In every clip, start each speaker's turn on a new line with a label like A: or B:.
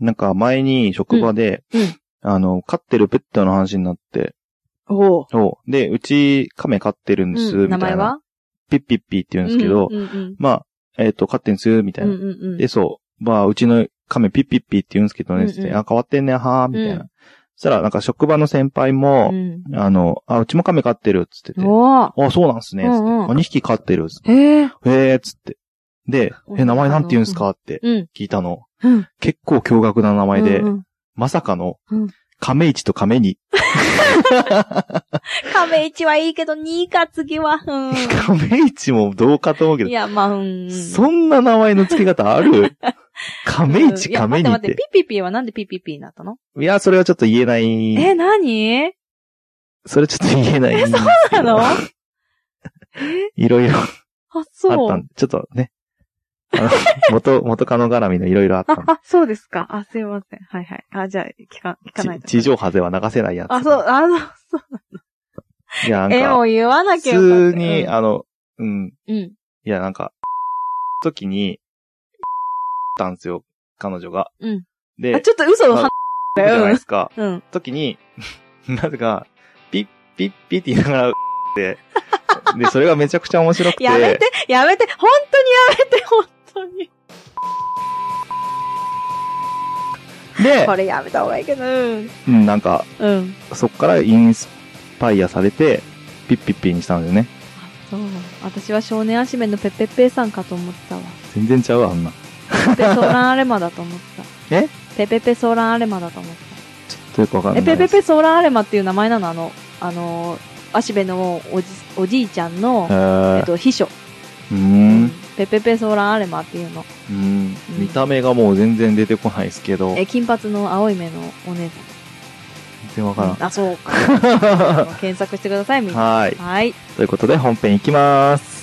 A: なんか前に職場で、
B: うんうん
A: あの、飼ってるペットの話になって、
B: おお。
A: そう。で、うち亀飼ってるんです、
B: うん
A: みた
B: 名
A: いな。
B: 前は
A: ピッピッピって言うんですけど、
B: うんうん
A: まあ、えっ、と、飼ってんす、みた
B: う
A: い
B: ん。
A: な。
B: うんうんうん
A: で、そう。まあ、うちの亀ピッピッピって言うんですけどね、
B: うんうん
A: つってあ、変わってんね、はー、みたいな。
B: うん
A: そしたら、なんか職場の先輩
B: う
A: も、
B: ん
A: あの、あ、うちも亀飼ってる、つってて。
B: おお。
A: あ、そうなんすね、つって。
B: うんうん
A: あ、2匹飼ってる、つって。
B: へえ。
A: えー、つって。で、
B: うん
A: え、名前なんて言うんすかって
B: うん。
A: 聞いたの。
B: うん。
A: 結構驚愕な名前で、
B: うんうん。
A: まさかの
B: うん、
A: 亀一と亀二。
B: 亀一はいいけど、二か次は、うん。
A: 亀一もどうかと思うけ
B: い
A: ど、
B: や、まあ、うん。
A: そんな名前の付け方あ る亀一、
B: いや
A: 亀二っ
B: 待って待ってて、。ピッピッピーはなんでピッピッピーになったの
A: いや、それはちょっと言えない。
B: え、何
A: それちょっと言えない。そう
B: なのあ、
A: いろいろあっ
B: そ
A: た
B: う。
A: んちょっとね。あの 元、元カノ絡みのいろいろあった
B: あ
A: ん、で
B: あ、そうですか。あ、すいません。はいはい。あ、じゃあ、聞か、聞かないと。
A: ち地上波では流せないやつ。
B: あ、そう、あ、そう
A: いや、な
B: え、も
A: んか、
B: う言わな
A: 普
B: きゃよかった
A: 通に、
B: うん
A: あの、うん。
B: うん。
A: いや、なんか、時に、 たんですよ、彼女が。
B: うん
A: で、
B: あ、ちょっと嘘の話
A: じ
B: だ
A: ゃない
B: よ
A: で。すか。
B: うん。うん。
A: 時 に、なぜか、ピッピッピッって言いながら、って、で、それがめちゃくちゃ面白くて、
B: やめて、やめて、本当にやめて、本当に。
A: で
B: こ、れやめた方がいいけど、うん。
A: うん、なんか、
B: うん。
A: そっからインスパイアされて、ピッピッピにしたんだよね。
B: あ、そう。私は少年足面のペッペッペーさんかと思って たわ。
A: 全然ちゃうわ、あんな。
B: ペッペソーランアレマだと思ってた。
A: え
B: ペペペソーランアレマだと思って
A: ちょっとよくわかんな
B: た。え、
A: い。
B: ペペペソーランアレマっていう名前なのあの、あのー、足部のおじ、おじいちゃんの
A: え、
B: えっ
A: ー、
B: と、秘書。
A: うー
B: うん
A: ん、
B: ペペペソーランアレマっていうの。
A: うん。見た目がもう全然出てこないですけど、
B: え、
A: 全
B: 金髪の青い目のお姉
A: 然わ
B: さ
A: か
B: ん。
A: らん。
B: あ、そうか。 検索してください、みんな。
A: はい。
B: はい。
A: ということで、本編いきまーす。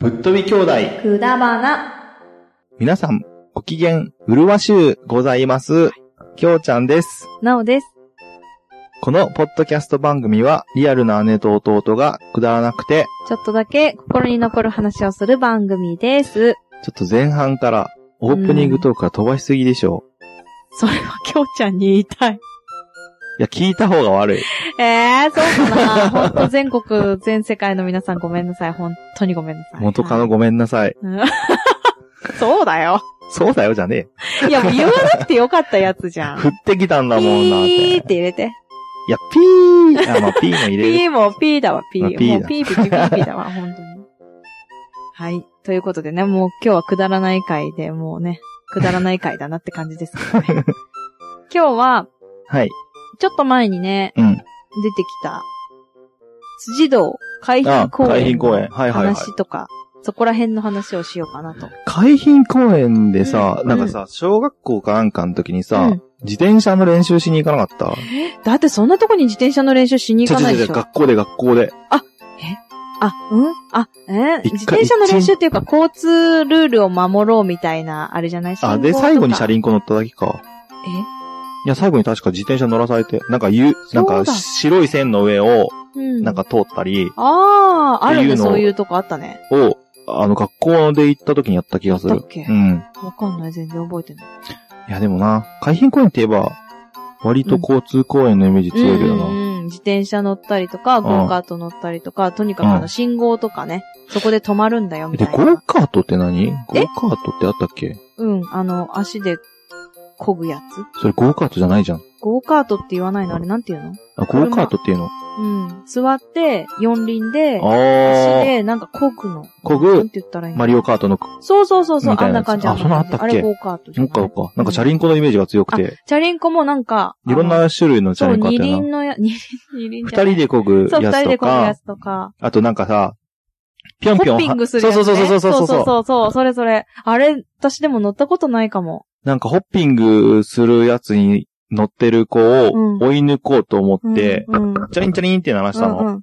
A: ぶっ飛び兄弟。
B: くだばな。
A: 皆さん、ご機嫌、うるわしゅうございます。きょうちゃんです。
B: なおです。
A: このポッドキャスト番組は、リアルな姉と弟がくだらなくて、
B: ちょっとだけ心に残る話をする番組で
A: ち
B: す。
A: ょっと前半から、オープニングトークは飛ばしすぎでしょ
B: それはきょうちゃんに言いたい。
A: う。いや、聞いた方が悪い。
B: ええそうかな。ほんと全国、全世界の皆さんごめんなさい。本当にごめんなさい。
A: 元カノごめんなさい。
B: うんそうだよ。
A: そうだよじゃね
B: いや、もう言わなくてよかったやつ じ
A: え。
B: ゃん。
A: 振ってきたんだもんな。みたい
B: ピ
A: な
B: ーって入れて。
A: いや、ピーあ、まあ、ピーも入れ
B: ピ
A: る。
B: ーもピーだわ、ピ
A: まあ
B: ー。
A: ピーだ
B: もうピーピーピーピーピーだわ、本当に。はい。ということでね、もう今日はくだらない回で、もうね、くだらない回だなって感じですけ どね。今日は、
A: はい。
B: ちょっと前にね、
A: うん。
B: 出てきた、辻堂海浜公
A: あ海
B: 園
A: 浜公園
B: の
A: はいはいはい
B: 話とか、そこら辺の話をしようかなと。
A: 海浜公園でさ、
B: うん
A: なんかさ、小学校かなんかの時にさ、
B: うん
A: 自転車の練習しに行かなかった
B: だってそんなとこに自転車の練習しに行かないでし
A: ちょちょちょ
B: ょ。
A: 学校で学校で。
B: あ、うんあ、えー
A: 一回
B: 自転車の練習っていうか、交通ルールを守ろうみたいな、あれじゃない
A: あ、で、最後に車
B: 輪。
A: 輪っこ乗っただけか。
B: え
A: いや、最後に確か自転車乗らされて、なんかゆ、なん
B: う
A: か
B: だ
A: 白い線の上を、
B: うん。
A: なんか通ったり、
B: ああ、あ
A: っ
B: る
A: てい
B: ね、
A: うのを
B: そういうとこあったね。
A: を、あの、学校で行った時にやった気がす
B: や
A: る
B: ったっけ。
A: うん。
B: わかんない、全然覚えてない。
A: いや、でもな、海浜公園って言えば、割と交通公園のイメージ強いけど
B: うん
A: な。
B: うんうん自転車乗ったりとか、
A: ん
B: ゴーカート乗ったりとか、とにかくあ
A: うん
B: の、信号とかね、そこで止まるんだよ、み
A: で、
B: たい
A: ゴー
B: な。
A: カートって何ゴーカートってあったっけ
B: うん、あの、足で漕ぐやつ。
A: それゴーカートじゃないじゃん。
B: ゴーカートって言わないのあれなんて言うの
A: あ、ゴーカートっていうの
B: うん。座って、四輪で、足
A: あー。
B: で、なんか漕ぐの。
A: 漕ぐ
B: なんて言ったらいいの
A: マリオカートの、そ
B: そうそうそう、そう
A: みた
B: あ
A: い
B: ん
A: な
B: な
A: やつ
B: 感じ。
A: あそんなのあったっけ
B: あれゴーカートじゃ
A: っかそ
B: ない
A: っか。なんか車輪っこのイメージが強くて、
B: チャリンコもなんか、
A: いろんな種類の車
B: そう、
A: 輪っこあっ
B: 二
A: たよな
B: 輪。のや、二輪、二輪
A: 二
B: じゃない
A: 人で漕ぐ
B: そう、二
A: やつ
B: 人で
A: と
B: こぐや
A: か
B: つ、とか、
A: あとなんかさ、ぴょん
B: ホ
A: ぴょん
B: ッ
A: は。
B: ピングするやつ、
A: そ
B: ね。
A: うそうそうそうそう
B: そ
A: そう
B: そうそうそれそれ。あれ、私でも乗ったことないかも。
A: なんかホッピングするやつに乗ってる子
B: う
A: を
B: ん
A: 追い抜こうと思
B: う
A: っ
B: ん、
A: て、
B: うん、
A: チャリンチャリンって鳴らしたの。
B: うんうん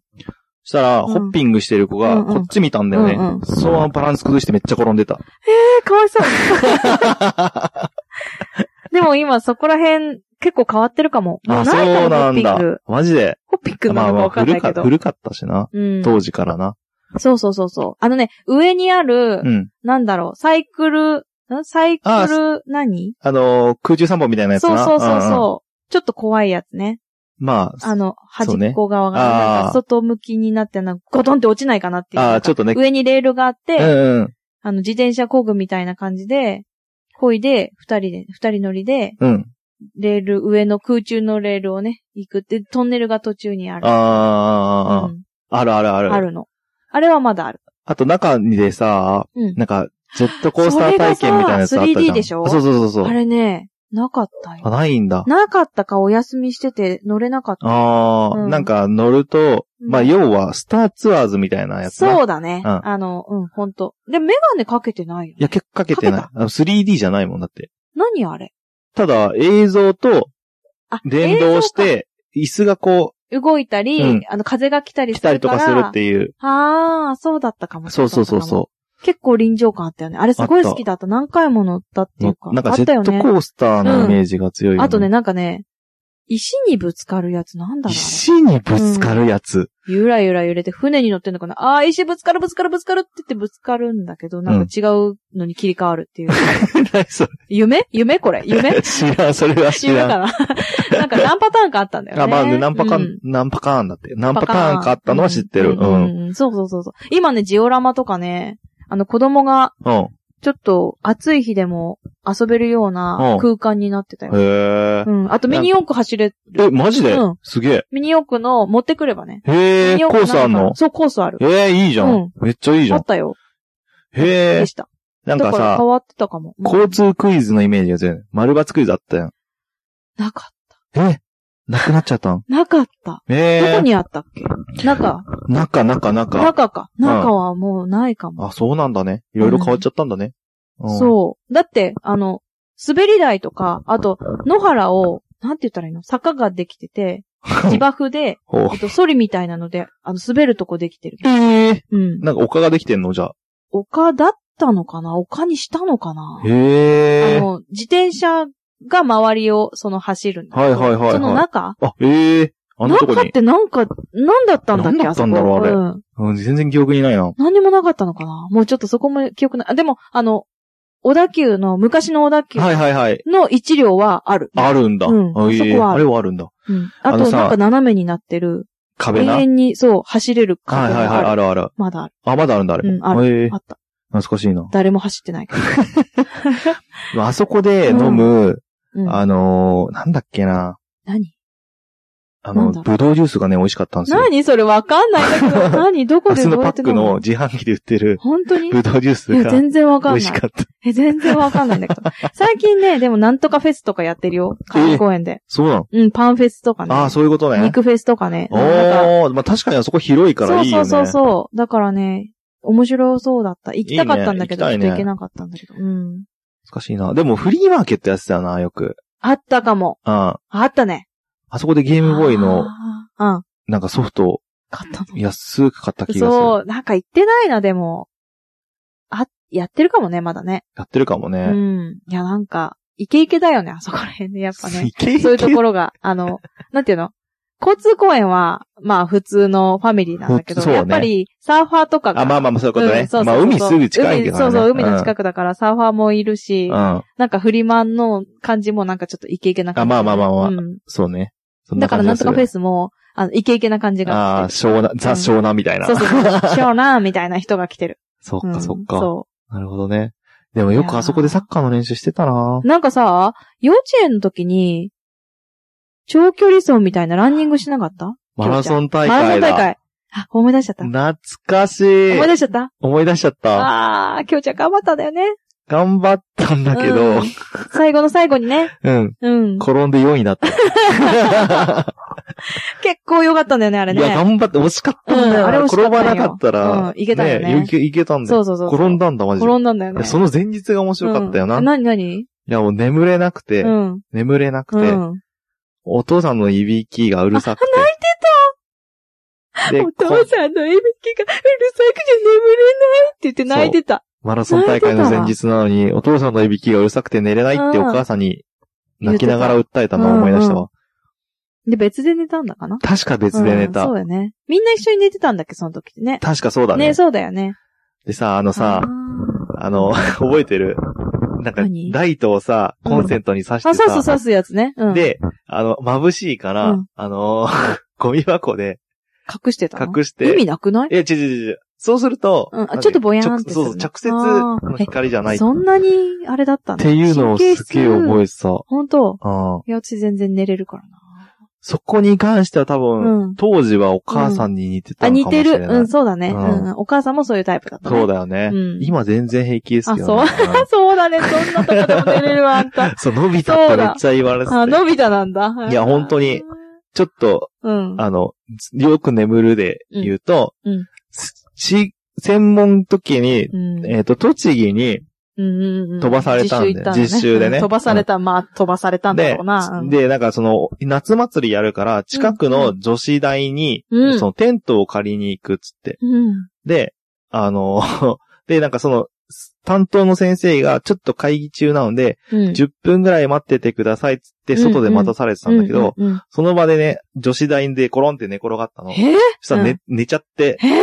A: したら、
B: うん
A: ホッピングしてる子
B: う
A: が
B: んうん
A: こっち見たんだよね。
B: うんうん
A: そのままバランス崩してめっちゃ転んでた。
B: え、かわ いそう。でも今そこら辺結構変わってるかも。も
A: あ、
B: ないかも
A: そうなん
B: ホッピン
A: だ
B: グ。
A: マジで。
B: ホッピングな
A: まあ
B: のか
A: まあ
B: わかんな
A: 古
B: い
A: か
B: けど。
A: 古かったしな。
B: うん。
A: 当時からな。
B: そうそうそうそう。あのね、上にある、
A: うん。
B: なんだろう、サイクル、んサイク
A: あ
B: ル何、
A: あのー空中散歩みたいなやつ
B: そう
A: な。
B: そうそう
A: うんうん
B: そう。ちょっと怖いやつね。
A: まあ、
B: あの、端
A: そうね
B: っこ側が、
A: あー
B: なんか外向きになって、なんかゴトンって落ちないかなっていう。
A: あー
B: なんか
A: ちょっとね
B: 上にレールがあって、
A: うんうん。
B: あの、自転車工具みたいな感じで、漕いで、二人で、二人乗りで、
A: うん。
B: レール、上の空中のレールをね、行くって、トンネルが途中にある。
A: ああ、
B: うん
A: あるあるある。
B: あるの。あれはまだある。
A: あと中にでさ、
B: うん
A: なんか、ジェットコースター体験みたいなやつあったじゃん。
B: それがさ 3D でしょ
A: そうそうそうそう。
B: あれね、なかった
A: あ
B: よ。
A: ないんだ。
B: なかったか、お休みしてて乗れなかった。
A: ああ、
B: うん
A: なんか乗ると、
B: うん
A: まあ要はスターツアーズみたいなやつな。。
B: そううだね。
A: ん
B: あの、うん、ほんと。で、メガネかけてないよ
A: いや、結構かけてない
B: か。
A: あの 3D じゃないもんだって。
B: 何あれ
A: ただ映像と
B: あ、
A: 連動して、椅子がこ
B: 映像か動いたり、
A: うん
B: あの、風が来た
A: う
B: り
A: 来
B: す
A: た
B: る
A: りと
B: から。
A: かするっていう。
B: ああ、そうだったかもしれ
A: そ
B: な
A: う
B: い。
A: そうそうそ
B: 結構臨場感あったよね。あれすごい好きだった。何回も乗ったって
A: う。
B: い
A: な
B: うか。
A: なんか
B: あっ
A: ジェ
B: たよ
A: ット
B: ね。
A: コースターのイメージが強いよ、
B: あとね、、なんかね、石にぶつかるやつなんだろうあれ。
A: 石にぶつかるやつ。
B: ゆらゆら揺れて船に乗ってんのかなああ、石ぶつかるぶつかるぶつかるって言ってぶつかるんだけど、なんか違うのに切り替わるっていう。
A: 何 それ
B: 夢夢これ 夢
A: 知らん、それは知
B: 夢
A: らん。
B: かな なんか何パターンかあったんだよね。
A: あ、まあね、何パカ、
B: うん
A: 何パカーンだって。何パカーンかあったのは知ってる。
B: うん
A: う
B: うん
A: ん。
B: うんうんそうそうそうそう。今ね、ジオラマとかね、あの子供が
A: うん。
B: ちょっと暑い日でも遊べるよう
A: う
B: なん空間になってたよ。
A: へー
B: うん。あとミニ四駆走れる。
A: え、マジで
B: うん
A: すげえ。
B: ミニ四駆の持ってくればね。
A: へ
B: ミニ
A: え、
B: 四
A: コ
B: 駆
A: ースあん
B: なん
A: の
B: かそう、コースある。
A: ええ、いいじゃん。めっちゃいいじ
B: あ
A: ゃ
B: っ
A: ん。
B: たよ。
A: へえ
B: で、した。
A: なん
B: だ
A: か
B: から
A: さ
B: 変、わってたかも。うん
A: 交通クイズのイメージが強いね。丸抜クイズあったやん。
B: なかっ
A: えなくなっちゃ ったん
B: た。なかった。どこ
A: ええ。
B: にあったっけ中。
A: 中、中、中。
B: 中か。
A: ん
B: 中はもうないかも。
A: あ、そうなんだね。いろいろ変わっちゃったんだね。うん。
B: そう。だって、あの、滑り台とか、あと、野原を、なんて言ったらいいの坂ができて て、芝生で、
A: ほう
B: えっと、ソリみたいなので、あの、滑るとこできてる。
A: ええ。
B: うん。
A: なんか丘ができてんのじゃあ。
B: 丘だったのかな丘にしたのかな
A: へ
B: あ
A: え。
B: の、自転車が周りを、その、走るんだけど。
A: はいはいはいはい
B: その中
A: あ、へえ。あんなとこ
B: 中っ
A: に。
B: てなんか、なんだったんだっけ
A: なんだったんだろう
B: そこ
A: あれ
B: うん
A: うん全然記憶にないな。
B: 何もなかったのかなもうちょっとそこも記憶ない。あ、でも、あの、小田急の、昔の小田急
A: はいはいはい。
B: の一両はある。
A: あるんだ。
B: うん
A: あいえ
B: そこはある
A: あれはあるんだ。
B: うん。あ
A: あ
B: と、
A: のさ
B: なんか斜めになってる。永
A: 壁な。はい
B: 遠に、そう、走れる
A: は
B: 壁
A: い
B: が
A: はい、
B: ある。
A: あるある。
B: まだある。
A: あ、まだあるんだ、あれ。
B: うんある
A: ええ
B: あった。
A: 懐かしいな。
B: 誰も走ってないから。
A: あそこで飲む、
B: うん。
A: あのー、なんだっけな。
B: 何
A: あ
B: な
A: の、
B: んだろ
A: ぶ
B: う
A: どうジュースがね、美味しかったんですよ。
B: 何それわかんないんだ けど。何どこ
A: 明
B: で
A: 日
B: ど
A: の
B: うや
A: パ
B: って
A: ッ
B: 飲
A: ク
B: む
A: の
B: の
A: 自販機で売ってる
B: 本当にい
A: ぶどうジュース
B: や、
A: が
B: 全然わ
A: 美
B: かん
A: 味
B: な
A: し
B: い。
A: かった。
B: え、全然わかんないんだけど。最近ね、でもなんとかフェスとかやってるよ。海公園で。
A: そうなの
B: うん、パンフェスとかね。
A: ああ、そういうことね。
B: 肉フェスとかね。
A: お
B: なんか
A: ー、まあ確かにあそこ広いからいいよね。
B: そうそうそうそう。だからね、面白そうだった。行きたかったんだけど、
A: いいね行きたい
B: ちょっと
A: ね
B: 行けなかったんだけど。うん。
A: 難しいな。でもフリーマーケットやってたよな、よく。
B: あったかも。
A: ああ
B: あったね。
A: あそこでゲームボーイの、
B: あー。うん。
A: なんかソフト、
B: 買ったの。
A: 安く買った気がする。
B: そう、なんか行ってないな、でも。あ、やってるかもね、まだね。
A: やってるかも
B: う
A: ね。
B: ん。いや、なんか、イケイケだよね、あそこら辺で、やっぱね。
A: いけいけ
B: そういうところが、あの、なんていうの交通公園は、まあ普通のファミリーなんだけど、
A: ふそうね
B: やっぱりサーファーとかが。
A: あ、まあまあまあ、そういうこと
B: うん
A: ね。
B: そうそうそう
A: まあ、海すぐ近いけどね。
B: 海そうそう、海の近
A: く。
B: くだからサーファーもいるし、
A: うん。
B: なんかフリマンの感じもなんかちょっとイケイケな感
A: あ
B: じ。
A: まあまあまあまあ
B: うん
A: そうね。そ
B: だからなんとかフェ
A: ス。
B: スも、あの、イケイケな感じ
A: ああ、
B: がして
A: 湘南、ザ湘南みたい
B: る。
A: な。
B: そうそうそう。ショーなーみたいな人が来てる。
A: そっ
B: うん
A: か、そっか。
B: そ
A: なるほどね。でもよくあそこでサッカーの練習してたな
B: う。なんかさ、幼稚園の時に、長距離走みたいなランニングしなかった
A: マラソン大
B: マラソ
A: 会
B: ン大
A: だ。
B: 会。あ、思い出しちゃった。
A: 懐かしい
B: 思い。出しちゃった
A: 思い出しちゃった。
B: ああー、きょうちゃん頑張ったんだよね。
A: 頑張ったんだけ
B: う
A: ど
B: ん、最後の最後にね。
A: うん。
B: うん。
A: 転んで4位だ った。
B: 結構良かったんだよね、あれ
A: い
B: ね。
A: や、頑張って、惜しかったんだ
B: うん
A: よ。
B: あれ惜しかった
A: 転
B: んよ
A: ばなかった
B: うん
A: ら、
B: いけたよね
A: いけいけたんだ
B: そ
A: よ。
B: うそうそうそう。
A: 転んだんだ、マジで。
B: 転んだんだよね。
A: その前日が面白かったよな。
B: うん
A: い
B: 何何
A: や、もう眠れなくて
B: う、ん。
A: 眠れなく
B: う
A: て、
B: ん。
A: お父さんのいびきがうるさくて。泣い
B: お
A: てたで
B: 父
A: こ、
B: さんのいびきがうるさくて眠れないって言って泣いてた。
A: マラソン大会の前日なのに、お父さんのいびきがうるさくて寝れないって
B: う
A: お
B: ん
A: 母さんに泣きながら訴えたのを思い出したわ。
B: で、別で寝たんだかな
A: 確か別で寝た。
B: うんそうだね。みんな一緒に寝てたんだっけ、その時ってね。
A: 確かそうだね。
B: ね、そうだよね。
A: でさ、あのさ、
B: あ
A: あの、 覚えてるなんか
B: 何、
A: ライトをさ、
B: うん
A: コンセントに挿し
B: ー、あ
A: てさ、
B: そうそう、刺すやつね。うん。、
A: で、あの、眩しいから、
B: うん
A: あの ーゴミ箱で
B: 隠してたの
A: 隠し
B: 意味
A: て、
B: なくない
A: いや、違う違う違う。そうすると、
B: うんあ
A: なんで
B: ちょっとぼやーんっ
A: 直
B: て
A: そうそう、
B: する
A: 直接
B: あー
A: の光じゃない。っ
B: そんなに、あれだったんだ。
A: ていうのをすげえ覚
B: え
A: えてた。
B: 本当
A: うん
B: いや、私全然寝れるからな。
A: そこに関しては多分、
B: うん
A: 当時はお母さんに似てた
B: あ、
A: の
B: 似
A: かもしてれない。
B: る。うん、そうだね。
A: う
B: うんん。お母さんもそういうタイプだったね。
A: そうだよね。
B: うん
A: 今全然平気ですけど、
B: あ
A: ね。うん
B: そうだね、そんなとこでも寝れるわ、あんた。
A: そう、伸びたってめっちゃ言われてて
B: あ、のび太なんだ。
A: いや本当に。ちょっと、
B: うん。
A: あの、よく眠るで言うと、
B: うんうん
A: すし、専門の時に、
B: うん
A: えっ、と、栃木に、飛
B: 飛
A: ばされたんで実習でね
B: 飛ばされた、まあ、飛ばされたんだ
A: で
B: ろうな。うん、
A: で、なんかその、夏祭りやるから、近くの女子大に、
B: うん
A: そのテントを借りに行くっつって。
B: うん。
A: で、あの、 で、なんかその、担当の先生がちょっと会議中なので、
B: うん。
A: 10分ぐらい待っててくださいっつって、外で待たされてたんだけど、
B: うんうんうん
A: その場でね、女子大でコロンって寝転がったの。
B: えー
A: そしたら寝、
B: う
A: 寝ちゃって。
B: え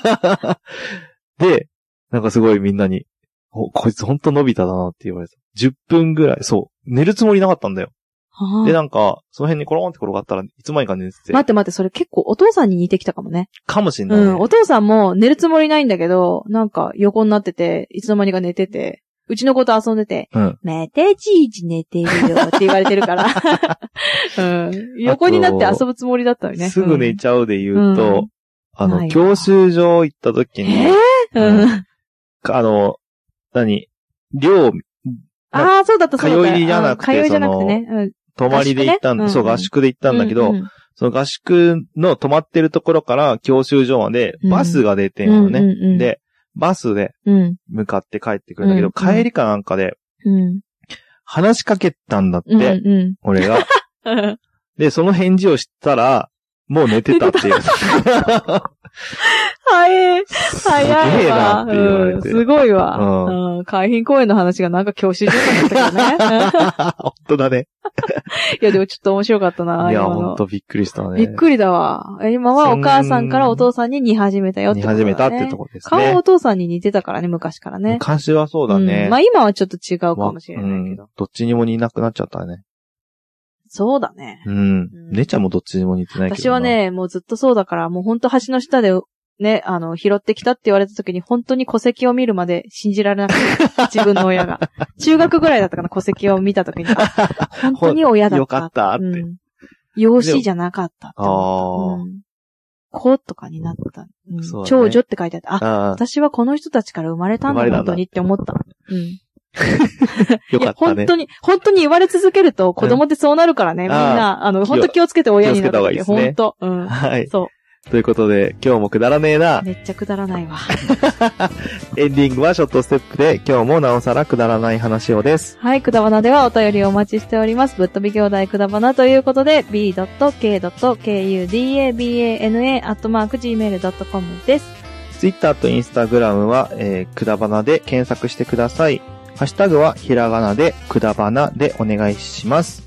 A: で、なんかすごいみんなに、おこいつほんと伸びただなって言われた。10分ぐらい、そう。寝るつもりなかったんだよ。
B: はあ
A: で、なんか、その辺にコロンって転がったらいつまにか寝てて
B: 待。って待って、それ結構お父さんに似てきたかもね。
A: かもしんな
B: う
A: い、ね
B: ん。お父さんも寝るつもりないんだけど、なんか横になってて、いつの間にか寝てて、うちの子と遊んでて、
A: うん
B: またじいじ寝てるよって言われてる から。うん。横になって遊ぶつもりだったよね。
A: すぐ寝ちゃうで言うと、
B: うん
A: あ
B: な
A: の、
B: いわ
A: 教習所行った時
B: うん
A: に、
B: えーう。
A: うんあの、何寮、
B: ああ、そうだった、そうだった。
A: 通いじゃなくて
B: うん通いじゃなくてね。うん
A: 泊まりで行ったん
B: 合宿ね
A: そう、
B: うんうん
A: 合宿で行ったんだけど、
B: うんうん
A: その合宿の泊まってるところから教習所まで
B: うん
A: バスが出てんのね。
B: うんうんうん
A: で、バスで
B: うん。
A: 向かって帰ってくるんだけど、
B: うんうん
A: 帰りかなんかで
B: うん。
A: 話しかけたんだって、
B: うんうん
A: 俺が。
B: うん。
A: で、その返事をしたら、もう寝てたって いう。
B: 早い。
A: す
B: 早
A: げ
B: い
A: えな
B: わ。
A: って言われ
B: うん
A: て。
B: すごいわ。
A: う
B: うん。海浜公園の話がなんか教習所だったけどね。
A: 本当だね。
B: いや、でもちょっと面白かったな、
A: いや、
B: 今の
A: 本当びっくりしたね。
B: びっくりだわ。え今はお母さんからお父さんに似始めたよって
A: 見
B: こと
A: 始
B: だね。
A: めたってとこです
B: 顔は
A: ね
B: お。父さんに似てたからね、昔からね。
A: 昔はそうだね。
B: んまあ今はちょっと違うか
A: わ
B: もしれないけど
A: うん。どっちにも似なくなっちゃったね。
B: そうだね。
A: うん。
B: ん
A: 姉ちゃんもどっちにも似てないけど。
B: 私は、ね、もうずっとそうだから、もうほんと橋の下で、ね、あの、拾ってきたって言われた時に、本当に戸籍を見るまで信じられなくて、 自分の親が。中学ぐらいだったかな、戸籍を見た時 に。あ本当に親だった。
A: よかったって
B: うん。養子じゃなかったって思っ
A: あ
B: た。うん子とかになった。うん
A: そうだね
B: 長女って書いてあった。あ、
A: ああ、
B: 私はこの人たちから生まれたん
A: 生まれ
B: だ、
A: たん
B: 本
A: だ
B: 当にって思った。うん。
A: よかった
B: いや、本
A: ね。
B: 当に、本当に言われ続けると、子供ってそうなるからね、みんな、あの、本当気をつけて親にな
A: 気をつけた
B: る
A: 方がいいですね
B: 本当。うん。
A: はい。
B: そ
A: ということで、今日もくだらねえな
B: う。。めっちゃくだらないわ。
A: エンディングはショットステップで、今日もなおさらくだらない話をです。
B: はい、くだばなではお便りをお待ちしております。ぶっ飛び兄弟くだばなということで、b.k.kudabana.gmail.com です。
A: Twitter と Instagram は、えーくだばなで検索してください。ハッシュタグはひらがなで、くだばなでお願いします。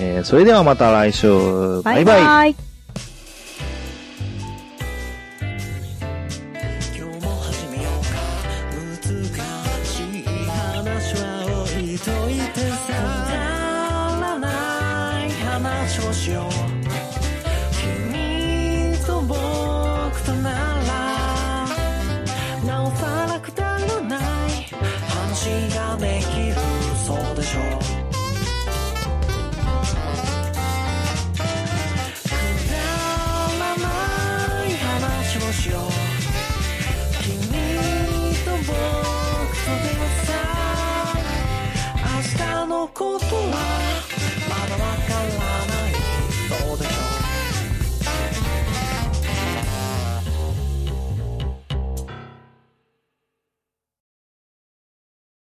A: えーそれではまた来週。バイバイ。
B: イ
C: 今日も始めようか難しい話は置いといてさくだらない話をしよう君と僕とならなおさらくだらない話ができるそうでしょう